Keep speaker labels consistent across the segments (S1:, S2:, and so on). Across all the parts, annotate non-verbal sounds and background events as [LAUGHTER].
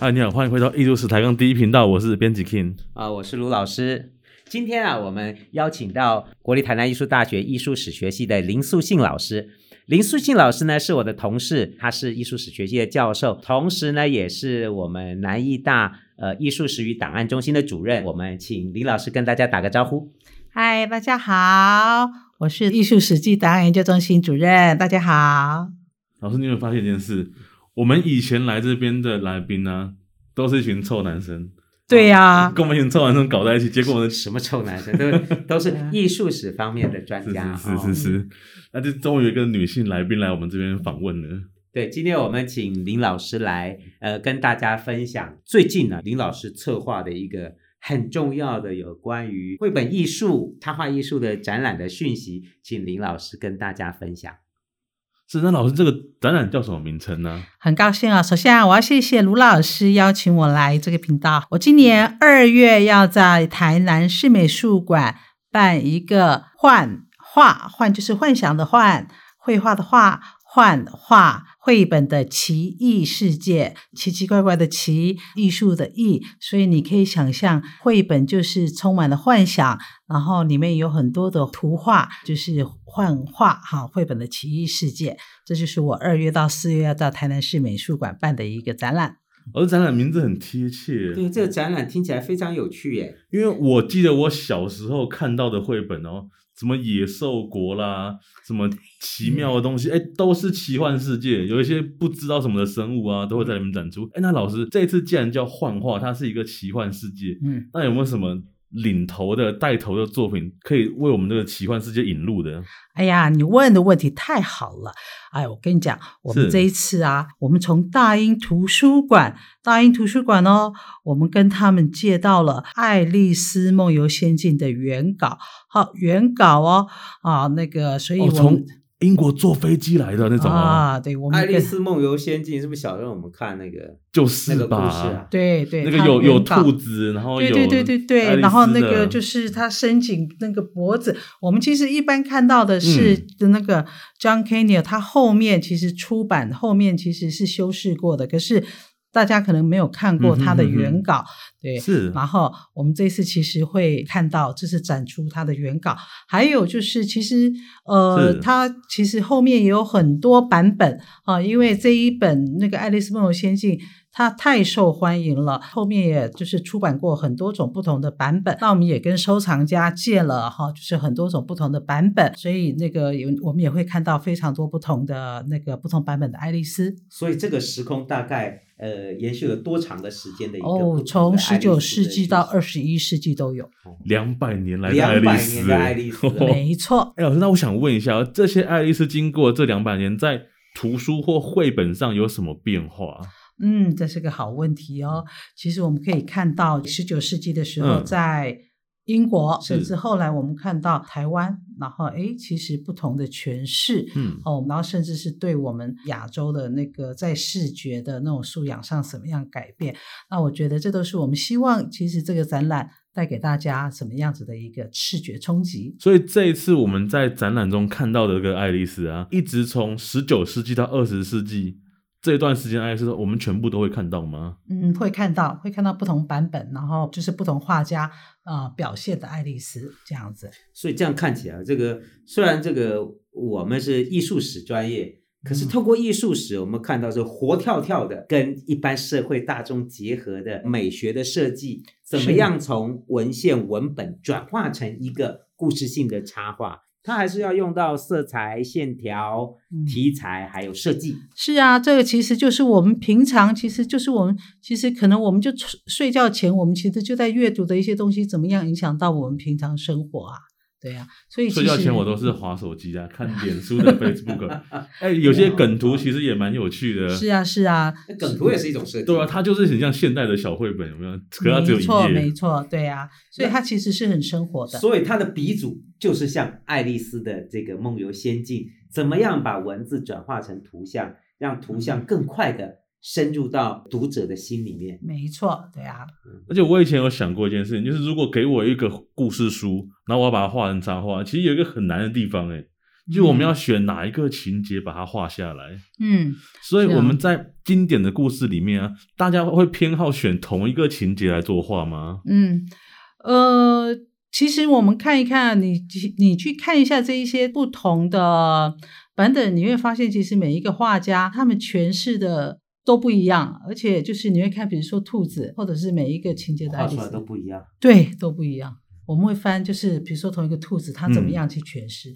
S1: 嗨，啊你好，欢迎回到艺术史台杠第一频道，我是编辑 King。
S2: 啊、我是卢老师。今天啊，我们邀请到国立台南艺术大学艺术史学系的林素信老师。林素信老师呢是我的同事，他是艺术史学系的教授，同时呢也是我们南艺大呃艺术史与档案中心的主任。我们请林老师跟大家打个招呼。
S3: 嗨，大家好，我是艺术史记档案研究中心主任，大家好。
S1: 老师，你有没有发现一件事？我们以前来这边的来宾呢、都是一群臭男生，
S3: 对呀、
S1: 跟我们一群臭男生搞在一起，结果我们
S2: 什么臭男
S1: [LAUGHS]
S2: 生都都是艺术史方面的专家。
S1: 是
S2: 哦
S1: 是是是，那就终于有一个女性来宾来我们这边访问了。
S2: 对，今天我们请林老师来，呃，跟大家分享最近呢，林老师策划的一个很重要的有关于绘本艺术、插画艺术的展览的讯息，请林老师跟大家分享。
S1: 是，那老师这个展览叫什么名称呢？
S3: 很高兴啊、首先啊，我要谢谢卢老师邀请我来这个频道。我今年二月要在台南市美术馆办一个幻画，幻就是幻想的幻，绘画的画，幻画。绘本的奇异世界，奇奇怪怪的奇，艺术的艺，所以你可以想象，绘本就是充满了幻想，然后里面有很多的图画，就是幻画哈，绘本的奇异世界。这就是我二月到四月要到台南市美术馆办的一个展览。嗯
S1: 而展览名字很贴切，
S2: 对，这个展览听起来非常有趣耶。
S1: 因为我记得我小时候看到的绘本哦，什么野兽国啦，什么奇
S3: 嗯
S1: 妙的东西，哎，都是奇幻世界，有一些不知道什么的生物啊，都会在里面展出。哎，那老师这一次既然叫幻化，它是一个奇幻世界，
S3: 嗯，
S1: 那有没有什么领头的、带头的作品可以为我们这个奇幻世界引路的？
S3: 哎呀，你问的问题太好了。哎，我跟你讲，我
S1: 是
S3: 们这一次啊，我们从大英图书馆，大英图书馆哦，我们跟他们借到了《爱丽丝梦游仙境》的原稿，好、原稿哦，啊，那个，所以我
S1: 哦，
S3: 们、
S1: 从英国坐飞机来的那种啊，
S3: 啊，对，我
S2: 《
S3: 们
S2: 爱丽
S3: 跟
S2: 丝梦游仙境》是不是小时候我们看那个
S1: 就
S2: 那
S1: 是
S2: 个故
S1: 吧？
S2: 事啊？
S3: 对对，
S1: 那个
S3: 它
S1: 有有
S3: 原稿
S1: 兔子，然后有
S3: 对对对对
S1: 爱
S3: 对，
S1: 丽
S3: 然后
S1: 丝
S3: 那个
S1: 的
S3: 就是他伸紧那个脖子，我们其实一般看到的是
S1: 嗯
S3: 的那个 John c a n y o n 他后面其实出版后面其实是修饰过的，可是大家可能没有看过他
S1: 嗯
S3: 的
S1: 哼嗯哼
S3: 原稿，对，
S1: 是
S3: 然后我们这次其实会看到，这是展出它的原稿，还有就是其实呃
S1: 是，
S3: 它其实后面也有很多版本啊、因为这一本那个《爱丽丝梦游仙境》。它太受欢迎了，后面也就是出版过很多种不同的版本。那我们也跟收藏家借了哈，就是很多种不同的版本，所以那个有我们也会看到非常多不同的那个不同版本的爱丽丝。
S2: 所以这个时空大概呃延续了多长的时间的一个
S3: 哦，从十九世纪到二
S2: 十
S3: 十一世纪都有，
S2: 哦
S1: 两百年来的爱
S2: 两
S1: 丽
S2: 百
S1: 丝，
S2: 年的爱丽
S3: [LAUGHS]
S2: 丝，
S3: 没错。
S1: 哎，老师，那我想问一下，这些爱丽丝经过这两百年，在图书或绘本上有什么变化？
S3: 嗯，这是个好问题哦。其实我们可以看到，十九世纪的时候，
S1: 嗯
S3: 在英国，
S1: 是
S3: 甚至后来我们看到台湾，然后诶，其实不同的诠释。
S1: 嗯，
S3: 哦，然后甚至是对我们亚洲的那个在视觉的那种素养上什么样改变？那我觉得这都是我们希望，其实这个展览带给大家什么样子的一个视觉冲击。
S1: 所以这一次我们在展览中看到的这个爱丽丝啊，一直从十九世纪到二十世纪这段时间，爱丽丝我们全部都会看到吗？
S3: 嗯，会看到会看到不同版本，然后就是不同画家啊、呃表现的爱丽丝这样子。
S2: 所以这样看起来，这个虽然这个我们是艺术史专业，可是透过艺术史，我们看到是活跳跳的，跟一般社会大众结合的美学的设计，怎么
S3: 是
S2: 样从文献文本转化成一个故事性的插画？它还是要用到色彩、线条、
S3: 嗯
S2: 题材，还有设计。
S3: 是啊，这个其实就是我们平常，其实就是我们其实可能我们就睡睡觉前，我们其实就在阅读的一些东西，怎么样影响到我们平常生活啊？对呀、所以其
S1: 睡
S3: 实
S1: 觉前我都是划手机啊，看脸书的 Facebook，哎，有些梗图其实也蛮有趣的。
S3: 是啊是啊，
S2: 那梗图也是一种设计，
S1: 对啊，它就是很像现代的小绘本，有没有？可它只有
S3: 没
S1: 一
S3: 错没
S1: 页。
S3: 错，对啊，所以它其实是很生活的。
S2: 所以它的鼻祖就是像爱丽丝的这个梦游仙境，怎么样把文字转化成图像，让图
S3: 嗯
S2: 像更快的深入到读者的心里面。
S3: 没错，对啊，
S1: 而且我以前有想过一件事情，就是如果给我一个故事书，然后我要把它画成插画，其实有一个很难的地方、欸，就我们要选哪一个情节把它画下来。
S3: 嗯，
S1: 所以
S3: 是啊
S1: 我们在经典的故事里面啊，大家会偏好选同一个情节来作画吗？
S3: 嗯，呃，其实我们看一看，你你去看一下这一些不同的版本，你会发现，其实每一个画家他们诠释的都不一样，而且就是你会看，比如说兔子，或者是每一个情节的
S2: 画
S3: 爱丽
S2: 出来
S3: 丝
S2: 都，不一样。
S3: 对，都不一样。我们会翻，就是比如说同一个兔子，它怎
S2: 嗯
S3: 么样去诠释？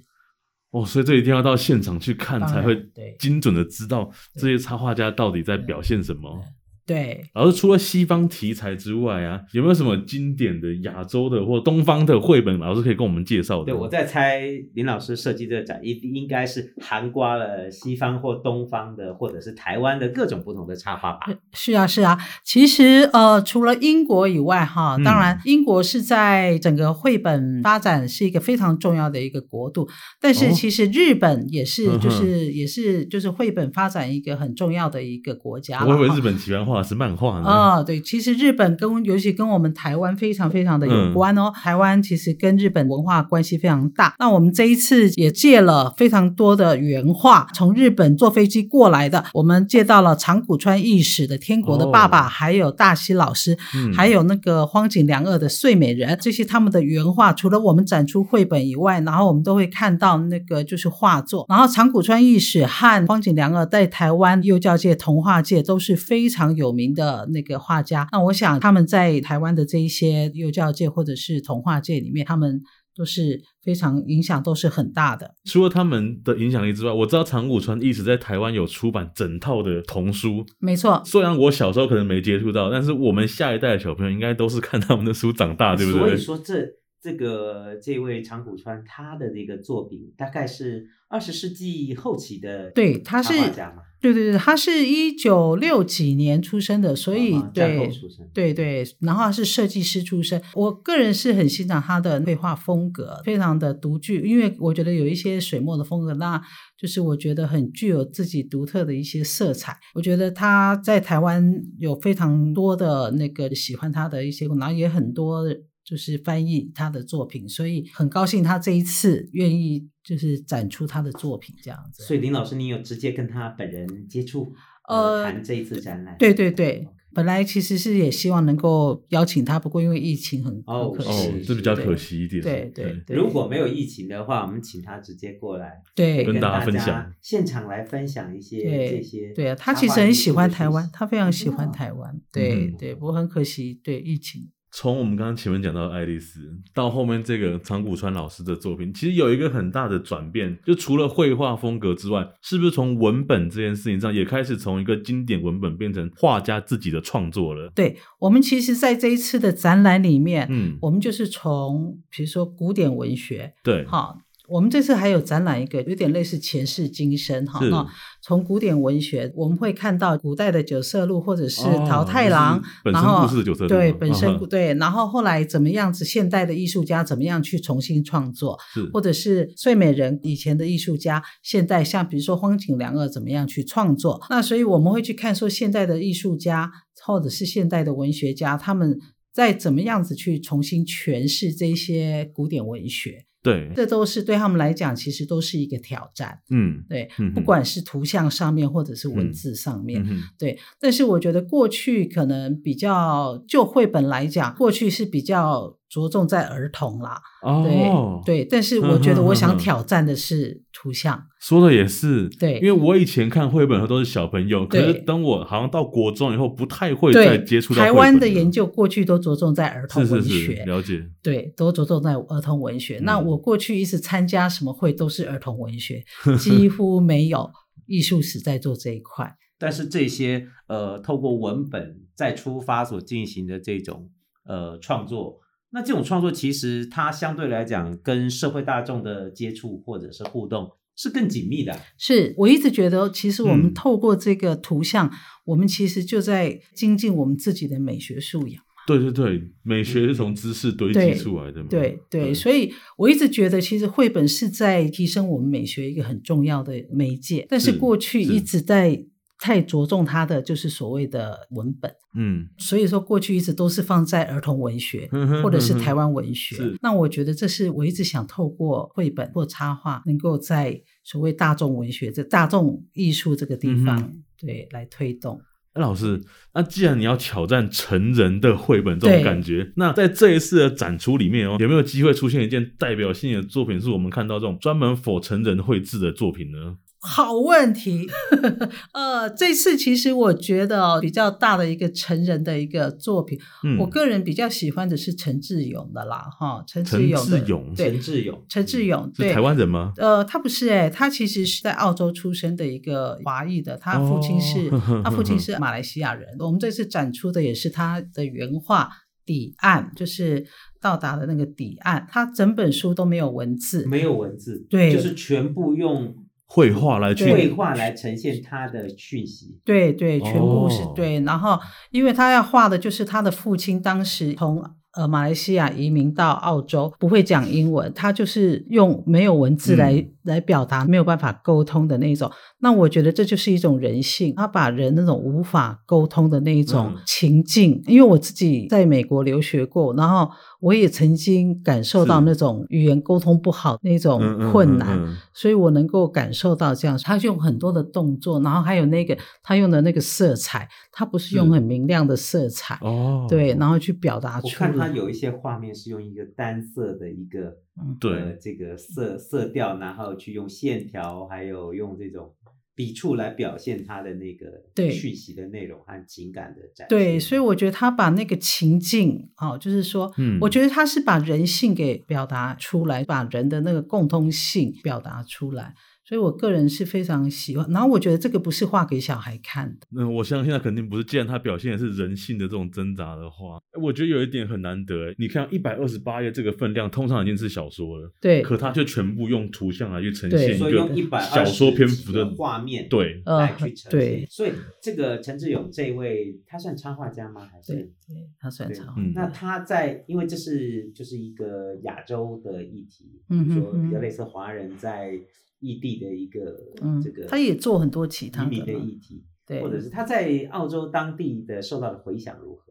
S1: 哦，所以这一定要到现场去看
S3: 当
S1: 才
S3: 然
S1: 会
S3: 对
S1: 精准的知道
S3: 对
S1: 这些插画家到底在表现什么。
S3: 对，
S1: 老师，除了西方题材之外啊，有没有什么经典的亚洲的或东方的绘本，老师可以跟我们介绍的？
S2: 对，我在猜林老师设计这个展，一定应该是涵盖了西方或东方的，或者是台湾的各种不同的插画吧。
S3: 是啊，是啊。其实呃，除了英国以外，哈，
S1: 嗯
S3: 当然英国是在整个绘本发展是一个非常重要的一个国度，
S1: 哦
S3: 但是其实日本也是，
S1: 嗯哼
S3: 就是也是就是绘本发展一个很重要的一个国家
S1: 我
S3: 了
S1: 以为
S3: 哈
S1: 日本喜欢画的是漫画呢。
S2: 嗯
S3: 啊、对，其实日本跟尤其跟我们台湾非常非常的
S1: 嗯
S3: 有关哦。台湾其实跟日本文化关系非常大。那我们这一次也借了非常多的原画，从日本坐飞机过来的，我们借到了长谷川义史的《天国的爸爸》
S1: 哦
S3: 还有大西老师，
S1: 嗯
S3: 还有那个荒井良二的《睡美人》，这些他们的原画，除了我们展出绘本以外，然后我们都会看到那个就是画作。然后长谷川义史和荒井良二在台湾幼教界、童话界都是非常有名的那个画家。那我想他们在台湾的这一些幼教界或者是童话界里面，他们都是非常影响都是很大的。
S1: 除了他们的影响力之外，我知道长谷川一直在台湾有出版整套的童书。
S3: 没错，
S1: 虽然我小时候可能没接触到，但是我们下一代的小朋友应该都是看他们的书长大，啊对不
S2: 所以
S1: 对？
S2: 说这这个这位长谷川他的那个作品大概是二十世纪后期的
S3: 对他
S2: 插
S3: 是
S2: 画家嘛，
S3: 对对对，他是一九六几年出生的，所以
S2: 啊战后
S3: 对。
S2: 出生。
S3: 对对，然后他是设计师出身，我个人是很欣赏他的绘画风格，非常的独具，因为我觉得有一些水墨的风格，那就是我觉得很具有自己独特的一些色彩。我觉得他在台湾有非常多的那个喜欢他的一些，然后也很多就是翻译他的作品，所以很高兴他这一次愿意就是展出他的作品这样子。
S2: 所以林老师，你有直接跟他本人接触，
S3: 呃
S2: 谈这一次展览？
S3: 对对对，本来其实是也希望能够邀请他，不过因为疫情很
S2: 哦
S3: 很可惜
S1: 哦，
S2: 是，
S1: 这比较
S3: 对
S1: 可惜一点。
S3: 对对对，
S2: 如果没有疫情的话，我们请他直接过来，
S3: 对
S1: 跟
S2: 跟
S1: 大家
S2: 家
S1: 分享，
S2: 现场来分享一些
S3: 对
S2: 这些。
S3: 对啊，他其实很喜欢台湾，他非常喜欢
S2: 湾。
S3: 台湾，对
S1: 嗯
S3: 对，不过很可惜，对疫情，
S1: 从我们刚刚前面讲到的爱丽丝，到后面这个长谷川老师的作品，其实有一个很大的转变，就除了绘画风格之外，是不是从文本这件事情上也开始从一个经典文本变成画家自己的创作了？
S3: 对我们其实在这一次的展览里面，
S1: 嗯，
S3: 我们就是从比如说古典文学，
S1: 对，
S3: 好。我们这次还有展览一个，有点类似前世今生哈。
S1: 是
S3: 那从古典文学，我们会看到古代的九色鹿或者是
S1: 哦
S3: 桃太郎，
S1: 就是本
S3: 然
S1: 身
S3: 后
S1: 故事的九色鹿
S3: 对
S1: 嘛
S3: 本身
S1: 嗯
S3: 故
S1: 哼
S3: 对，然后后来怎么样子，现代的艺术家怎么样去重新创作，
S1: 是
S3: 或者是睡美人以前的艺术家，现代像比如说荒井良二怎么样去创作？那所以我们会去看说现代的艺术家或者是现代的文学家，他们在怎么样子去重新诠释这些古典文学，
S1: 对，
S3: 这都是对他们来讲其实都是一个挑战。
S1: 嗯
S3: 对
S1: 嗯哼，
S3: 不管是图像上面或者是文
S1: 嗯
S3: 字上面
S1: 嗯，哼，
S3: 对，但是我觉得过去可能比较就绘本来讲，过去是比较着重在儿童啦，
S1: 哦，嗯
S3: 对对，但是
S1: 哼
S3: 我觉得
S1: 哼
S3: 我
S1: 哼
S3: 想
S1: 哼
S3: 挑战的是图像，
S1: 说的也是，
S3: 对
S1: 因为我以前看绘本的时候都是小朋友，可
S3: 对
S1: 是等我好像到国中以后，不太会再
S3: 对
S1: 接触，到
S3: 台
S1: 绘本
S3: 湾
S1: 了
S3: 的研究过去都着重在儿童
S1: 是
S3: 文
S1: 是
S3: 学，
S1: 是，了解，
S3: 对，都着重在儿童文学。那
S1: 嗯
S3: 我过去一直参加什么会都是儿童文学，
S1: [LAUGHS]
S3: 几乎没有艺术史在做这一块。
S2: 但是这些呃，透过文本再出发所进行的这种呃创作，那这种创作其实它相对来讲跟社会大众的接触或者是互动是更紧密的啊。
S3: 是我一直觉得，其实我
S1: 嗯
S3: 们透过这个图像，我们其实就在精进我们自己的美学素养。
S1: 对对对，美学是从知识堆积
S3: 对
S1: 出来的嘛，
S3: 对对，所以我一直觉得，其实绘本是在提升我们美学一个很重要的媒介，但是
S1: 是
S3: 过去
S1: 是
S3: 一直在太着重它的就是所谓的文本。
S1: 嗯，
S3: 所以说，过去一直都是放在儿童文学
S1: 嗯哼
S3: 或者是
S1: 嗯哼
S3: 台湾文学。
S1: 是
S3: 那我觉得这是我一直想透过绘本或插画，能够在所谓大众文学、这大众艺术这个地方，
S1: 嗯
S3: 对来推动。
S1: 那老师，那既然你要挑战成人的绘本这
S3: 对
S1: 种感觉，那在这一次的展出里面哦，有没有机会出现一件代表性的作品，是我们看到这种专门否成人绘制的作品呢？
S3: 好问题， [LAUGHS] 呃，这次其实我觉得哦比较大的一个成人的一个作品，
S1: 嗯，
S3: 我个人比较喜欢的是陈志勇的啦，哈，陈志
S1: 陈
S3: 勇的，
S1: 志勇嗯
S2: 陈
S3: 对，
S2: 志勇，嗯
S3: 陈志勇
S1: 是
S3: 对
S1: 台。湾人吗？
S3: 呃，他不是哎、他其实是在澳洲出生的一个华裔的，他父亲
S1: [LAUGHS]
S3: 是、
S1: 哦呵呵呵
S3: 他父亲是马来西亚人。我们这次展出的也是他的原画《底岸》，就是到达的那个底岸。他整本书都没有文字，
S2: 没有文字，
S3: 对
S2: 就是全部用
S1: 绘画来去
S3: 对
S2: 绘画来呈现他的讯息。
S3: 对对，全部是
S1: 哦
S3: 对。然后，因为他要画的就是他的父亲当时从呃马来西亚移民到澳洲，不会讲英文，他就是用没有文字来、
S1: 嗯
S3: 来表达没有办法沟通的那种。那我觉得这就是一种人性，他把人那种无法沟通的那一种
S1: 嗯
S3: 情境。因为我自己在美国留学过，然后我也曾经感受到
S1: 是
S3: 那种语言沟通不好那
S1: 嗯
S3: 种
S1: 嗯
S3: 困难。
S1: 嗯嗯
S3: 所以我能够感受到这样，他用很多的动作，然后还有那个他用的那个色彩，他不是用
S1: 是
S3: 很明亮的色彩，
S1: 哦，
S3: 对，然后去表达
S2: 我
S3: 出
S2: 看他
S3: 来。
S2: 有一些画面是用一个单色的一个
S3: 嗯
S2: 呃
S1: 对，
S2: 这个色色调，然后去用线条，还有用这种笔触来表现他的那个
S3: 对
S2: 讯息的内容和情感的展现。
S3: 对，所以我觉得他把那个情境，哦，就是说，
S1: 嗯
S3: 我觉得他是把人性给表达出来，把人的那个共通性表达出来，所以我个人是非常喜欢。然后我觉得这个不是画给小孩看的，
S1: 那我相信他肯定不是，既然他表现的是人性的这种挣扎的话，我觉得有一点很难得。你看一百二十八页这个分量，通常已经是小说了，
S3: 对，
S1: 可他却全部用图像来去呈
S3: 对
S1: 现一
S2: 所以用一
S1: 个
S2: 百
S1: 小说篇幅的
S2: 画面，
S1: 对，
S3: 呃
S2: 来去呈现。
S3: 对
S2: 所以这个陈志勇这一位，他算插画家吗？还是
S3: 对对，他算
S2: 对
S3: 长，
S1: 嗯
S2: 那他在，因为这是就是一个亚洲的议题，
S3: 嗯
S2: 比如
S3: 哼
S2: 说比较
S3: 哼
S2: 类似华人在异地的一个、
S3: 嗯
S2: 这个，
S3: 他也做很多其他
S2: 移民
S3: 的
S2: 的
S3: 嘛
S2: 议题，
S3: 对
S2: 或，者是他在澳洲当地的受到的回响如何？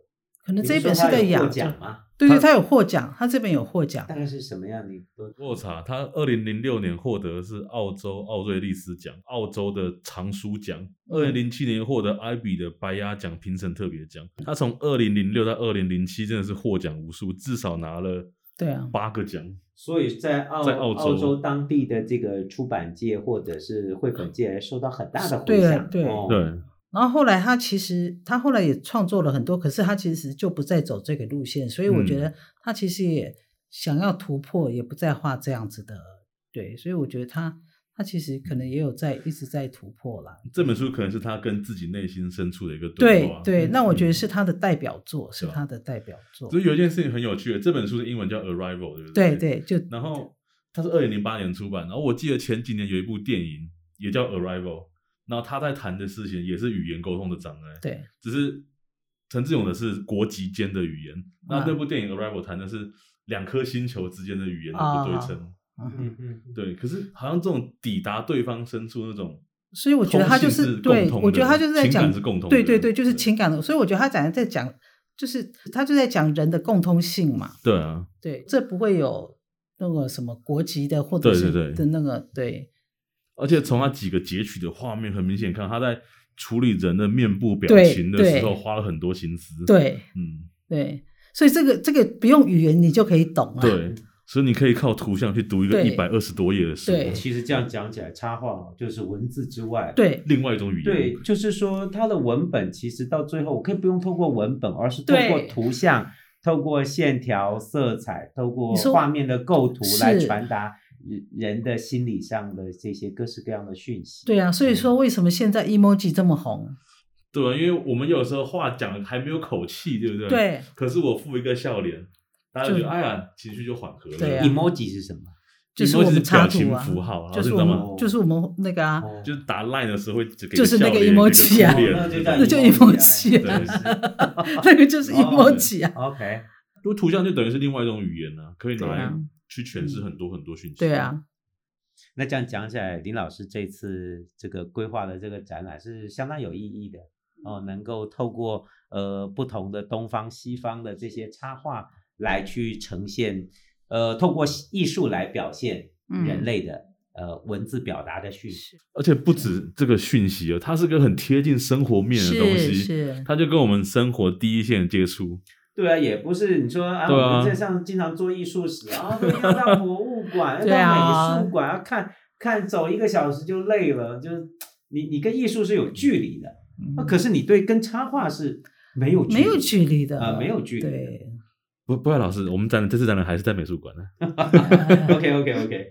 S3: 可能
S2: 比
S3: 这
S2: 如
S3: 一本是
S2: 说他
S3: 在
S2: 有
S3: 亚
S2: 获
S3: 洲。
S2: 奖吗？
S3: 对对，他有获奖，他这边有获奖
S2: 大。概是什么样的一个？
S1: 我有查，他二零零六年获得是澳洲奥瑞利斯奖、澳洲的藏书奖，
S3: 嗯
S1: 二零零七年获得艾比的白鸭奖评审特别奖。他从二零零六到二零零七真的是获奖无数，至少拿了
S3: 对啊，
S1: 八个奖。
S2: 所以在澳
S1: 在澳洲
S2: 当地的这个出版界或者是绘本界受到很大的回
S3: 对
S2: 响，
S3: 对
S2: 哦
S1: 对，
S3: 然后后来他其实他后来也创作了很多，可是他其实就不再走这个路线，所以我觉
S1: 嗯
S3: 得他其实也想要突破，也不再画这样子的。对，所以我觉得他他其实可能也有在一直在突破啦。
S1: 这本书可能是他跟自己内心深处的一个
S3: 对
S1: 话。
S3: 对，那我觉得
S1: 嗯
S3: 是他的代表作，是
S1: 对啊
S3: 他的代表作
S1: 所。以有一件事情很有趣的，这本书的英文叫《Arrival》，对不
S3: 对
S1: 对。
S3: 对，就
S1: 然后它是二零零八年出版，然后我记得前几年有一部电影也叫《Arrival》，然后他在谈的事情也是语言沟通的障碍，
S3: 对
S1: 只是陈志勇的是国籍间的语言，那
S3: 啊
S1: 那部电影《Arrival》谈的是两颗星球之间的语言的不对称。
S3: 嗯，
S2: 嗯嗯，嗯
S1: 对，可是好像这种抵达对方深处那种，
S3: 所以我觉得他就
S1: 通
S3: 是
S1: 信是
S3: 对
S1: 共，通的
S3: 我觉得他就是在
S1: 情感
S3: 讲
S1: 是共通的
S3: 对对对，就是
S1: 对
S3: 情感的。所以我觉得他讲在讲，就是他就在讲人的共通性嘛。
S1: 对啊，
S3: 对，这不会有那个什么国籍的或者
S1: 对
S3: 是
S1: 对对
S3: 的那个对
S1: 而且从他几个截取的画面，很明显看他在处理人的面部表
S3: 对
S1: 情的
S3: 对
S1: 时候花了很多心思。，
S3: 对
S1: 嗯，
S3: 对，所以这个这个不用语言你就可以懂了。
S1: 对，所以你可以靠图像去读一个
S3: 对
S1: 一百二十多页的书，
S3: 对
S2: 其实这样讲起来，插画哦就是文字之外，
S3: 对
S1: 另外一种语言。
S2: 对，就是说它的文本其实到最后，我可以不用透过文本，而是透过
S3: 对
S2: 图像、透过线条、色彩、透过
S3: 你说
S2: 画面的构图
S3: 是
S2: 来传达人人的心理上的这些各式各样的讯息。
S3: 对啊，所以
S1: 嗯
S3: 说为什么现在 emoji 这么红？
S1: 对啊吧？因为我们有时候话讲还没有口气，对不对？。
S3: 对，
S1: 可是我附一个笑脸，大家就觉
S3: 就
S1: 得哎呀，情绪就缓和了。
S3: 对啊
S2: emoji 是什么？
S3: 就是
S1: 尤
S3: 我
S1: 其
S3: 们
S1: 是
S3: 插
S1: 表
S3: 图
S1: 情
S3: 啊，
S1: 符号，
S3: 就是
S1: 哦知
S3: 我
S1: 道
S3: 们
S1: 吗？
S3: 就是我们那个啊，
S2: 哦
S1: 就是打 line 的时候会只给
S3: 就是那
S1: 个
S3: 个
S1: 笑脸给
S3: emoji 啊
S1: 个
S2: 哦
S1: 哭脸
S2: [LAUGHS] 那
S3: 那
S2: 就
S3: 就
S2: 叫
S3: emoji
S1: 对
S3: 啊，
S2: [LAUGHS]
S3: 那个就是
S2: 哦
S3: emoji 啊，
S2: OK，
S1: 因为图像就等于是另外一种语言呢、啊，可以拿
S3: 对
S1: 来
S3: 啊
S1: 去诠释很多很多讯息。
S3: 对，啊，
S2: 那这样讲起来，林老师这次这个规划的这个展览是相当有意义的哦，能够透过呃不同的东方西方的这些插画来去呈现，呃，透过艺术来表现
S3: 嗯
S2: 人类的、呃文字表达的讯息。
S1: 而且不
S3: 嗯
S1: 止这个讯息哦，它是个很贴近生活面的东西，
S3: 是是，
S1: 它就跟我们生活第一线接触。
S2: 对啊，也不是你说啊，
S1: 对啊
S2: 我们这上经常做艺术史，然后都要到博物馆，
S3: 对啊
S2: 要到美术馆，要看看走一个小时就累了，就是你你跟艺术是有距离的，那、啊可是你对跟插画是没有距
S3: 嗯没有
S2: 离
S3: 距离的
S2: 啊没有距离的 [LAUGHS]
S3: 对
S1: 不，不然老师，我们展览这次展览还是在美术馆呢。
S2: 的。OK OK OK，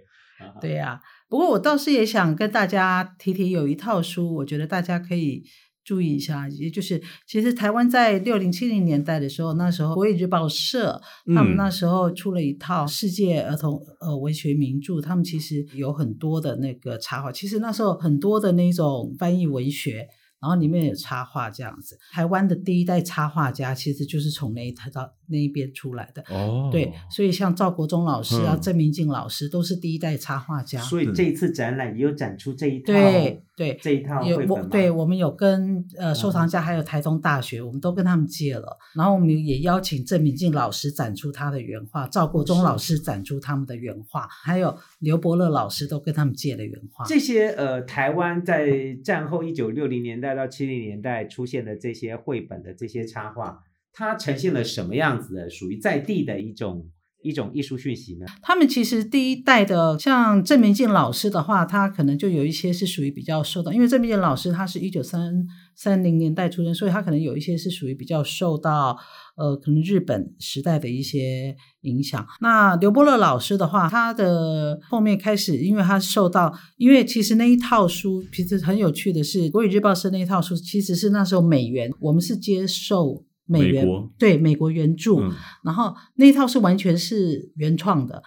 S3: 对呀、不过我倒是也想跟大家提提，有一套书，我觉得大家可以注意一下，也就是其实台湾在六零七零年代的时候，那时候国语日报社他们
S1: 嗯
S3: 那时候出了一套世界儿童呃文学名著，他们其实有很多的那个插画，其实那时候很多的那种翻译文学。然后里面有插画这样子，台湾的第一代插画家其实就是从那一套那一边出来的，
S1: 哦，
S3: 对，所以像赵国忠老师啊、
S1: 嗯
S3: 郑明进老师都是第一代插画家。
S2: 所以这一次展览也有展出这一套
S3: 对对，
S2: 这一套
S3: 有
S2: 绘本
S3: 我
S2: 吗
S3: 对我们有跟呃收藏
S2: 嗯
S3: 家还有台东大学，我们都跟他们借了，然后我们也邀请郑明进老师展出他的原画，赵国忠
S2: 哦是
S3: 老师展出他们的原画，还有刘伯乐老师都跟他们借了原画。
S2: 这些呃，台湾在战后一九六零年代到七零年代出现的这些绘本的这些插画，它呈现了什么样子的属于在地的一种一种艺术讯息呢？
S3: 他们其实第一代的，像郑明进老师的话，他可能就有一些是属于比较受到，呃因为郑明进老师他是一九三三零年代出生，所以他可能有一些是属于比较受到呃，可能日本时代的一些影响。那刘伯乐老师的话，他的呃后面开始，因为他受到，因为其实呃那一套书其实很有趣的是，《国语日报》社那一套书，其实是那时候美元，我们是接受美
S1: 美
S3: 元
S1: 国
S3: 对美国援助。
S1: 嗯，
S3: 然后那一套是完全是原创的，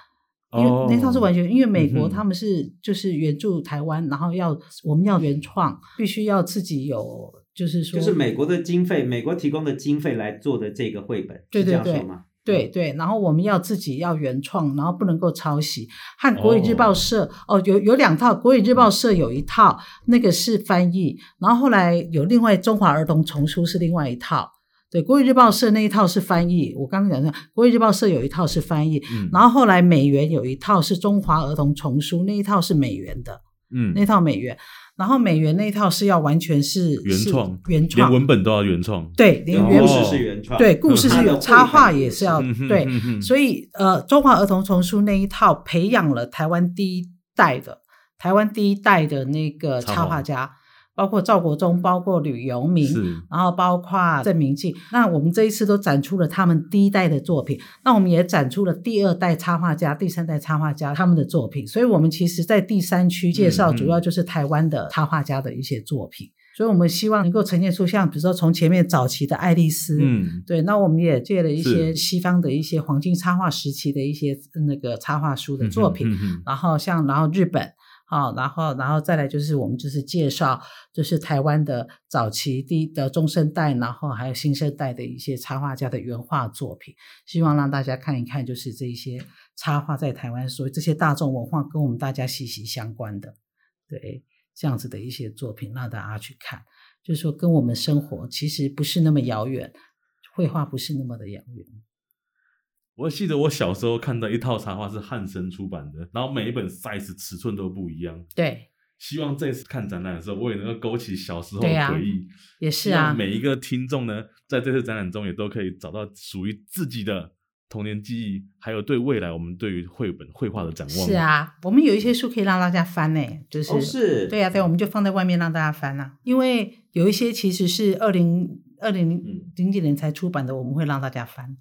S3: 因
S1: 哦
S3: 为那一套是完全因为美国
S1: 嗯哼
S3: 他们是就是援助台湾，然后要我们要原创，必须要自己有，就是说
S2: 就是美国的经费，美国提供的经费来做的这个绘本，
S3: 对
S2: 是这样
S3: 对对
S2: 说吗？
S3: 对对，然后我们要自己要原创，然后不能够抄袭。和国语日报社哦有有两套，国语日报社有一套，那个是翻译，然后后来有另外中华儿童丛书是另外一套。对，国语日报社那一套是翻译，我刚刚讲的，国语日报社有一套是翻译，
S1: 嗯，
S3: 然后后来美元有一套是中华儿童丛书，那一套是美元的，
S1: 嗯，
S3: 那套美元，然后美元那一套是要完全是
S1: 原
S3: 是
S1: 创
S3: 原
S1: 连
S3: 创，
S1: 文本都要原创。
S3: 对，
S2: 因
S3: 连
S2: 为
S3: 原
S2: 故
S1: 哦
S2: 事是原创，
S3: 对故事
S2: 它
S3: 是
S2: 的
S3: 有
S2: 绘
S3: 插画
S2: 本
S3: 也是要
S1: 嗯哼
S3: 对，
S1: 哼哼
S3: 所以呃，中华儿童丛书那一套培养了台湾第一代的台湾第一代的那个
S1: 插
S3: 插
S1: 画
S3: 画家，包括赵国忠，包括吕游明，
S1: 是
S3: 然后包括郑明进。那我们这一次都展出了他们第一代的作品，那我们也展出了第二代插画家、第三代插画家他们的作品。所以，我们其实在第三区介绍
S1: 嗯嗯
S3: 主要就是台湾的插画家的一些作品。所以我们希望能够呈现出像，比如说从前面早期的爱丽丝，
S1: 嗯，
S3: 对，那我们也借了一
S1: 是
S3: 些西方的一些黄金插画时期的一些呃那个插画书的作品，
S1: 嗯哼，嗯哼
S3: 然后像然后日本，好、然后然后再来就是我们就是介绍就是台湾的早期第一的中生代，然后还有新生代的一些插画家的原画作品，希望让大家看一看，就是这一些插画在台湾所以这些大众文化跟我们大家息息相关的，对这样子的一些作品，让大家去看，就是说跟我们生活其实不是那么遥远。绘画不是那么的遥远，
S1: 我记得我小时候看到一套插画是汉森出版的，然后每一本 size 尺寸都不一样。
S3: 对，
S1: 希望这次看展览的时候，我也能够勾起小时候
S3: 对
S1: 的
S3: 啊
S1: 回忆。
S3: 也是
S1: 希望
S3: 啊，
S1: 每一个听众呢，在这次展览中也都可以找到属于自己的童年记忆，还有对未来我们对于绘本绘画的展望。
S3: 是，啊，我们有一些书可以让大家翻呢、就是、
S2: 哦是，
S3: 对呀、啊对、呀，我们就放在外面让大家翻啦、啊因为有一些其实是二零二零
S1: 嗯
S3: 零几年才出版的，我们会让大家翻。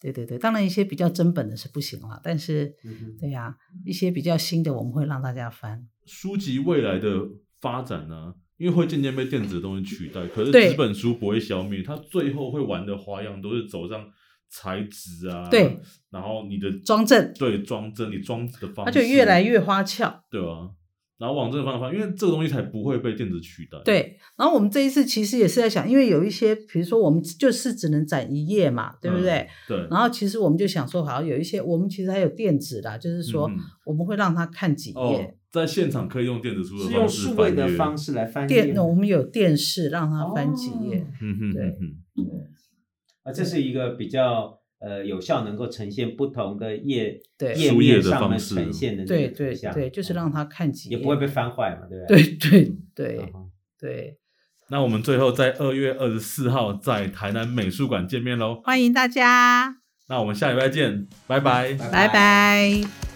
S3: 对对对，当然一些比较真本的是不行了，但是
S2: 嗯哼
S3: 对呀、一些比较新的我们会让大家翻。
S1: 书籍未来的发展呢、因为会渐渐被电子的东西取代，可是
S3: 对
S1: 纸本书不会消灭，它最后会玩的花样都是走上材质啊，
S3: 对，
S1: 然后你的
S3: 装帧
S1: 对装帧，你装的方
S3: 它
S1: 式，
S3: 就越来越花俏。
S1: 对啊，然后往这个方向发展，因为这个东西才不会被电子取代。，
S3: 对，然后我们这一次其实也是在想，因为有一些，比如说我们就是只能展一页嘛，对不对？
S1: 嗯对，
S3: 然后其实我们就想说，好像有一些我们其实还有电子啦，就是说
S1: 嗯
S3: 我们会让他看几页，
S1: 哦在现场可以用电子书的
S2: 是
S1: 方
S2: 用
S1: 式
S2: 数
S1: 翻
S2: 位
S1: 阅
S2: 的。方式来翻
S3: 电
S2: 页，
S3: 我们有电视让它翻几页，
S2: 哦
S1: 嗯哼，嗯哼，
S2: 啊，这是一个比较呃有效，能够呈现不同的页
S3: 对
S2: 页
S1: 书
S2: 面
S1: 页的
S2: 上
S1: 方
S2: 面
S1: 式
S2: 呈现的那
S3: 对
S2: 个
S3: 对
S2: 图像啊
S3: 对，就是让它看几
S2: 也
S3: 页，
S2: 不会被翻坏嘛，对不对？
S3: 对对对
S2: 嗯哼
S3: 对，
S1: 那我们最后在二月二十四号在台南美术馆见面喽。
S3: 欢迎大家，
S1: 那我们下礼拜见，拜拜。
S3: 拜拜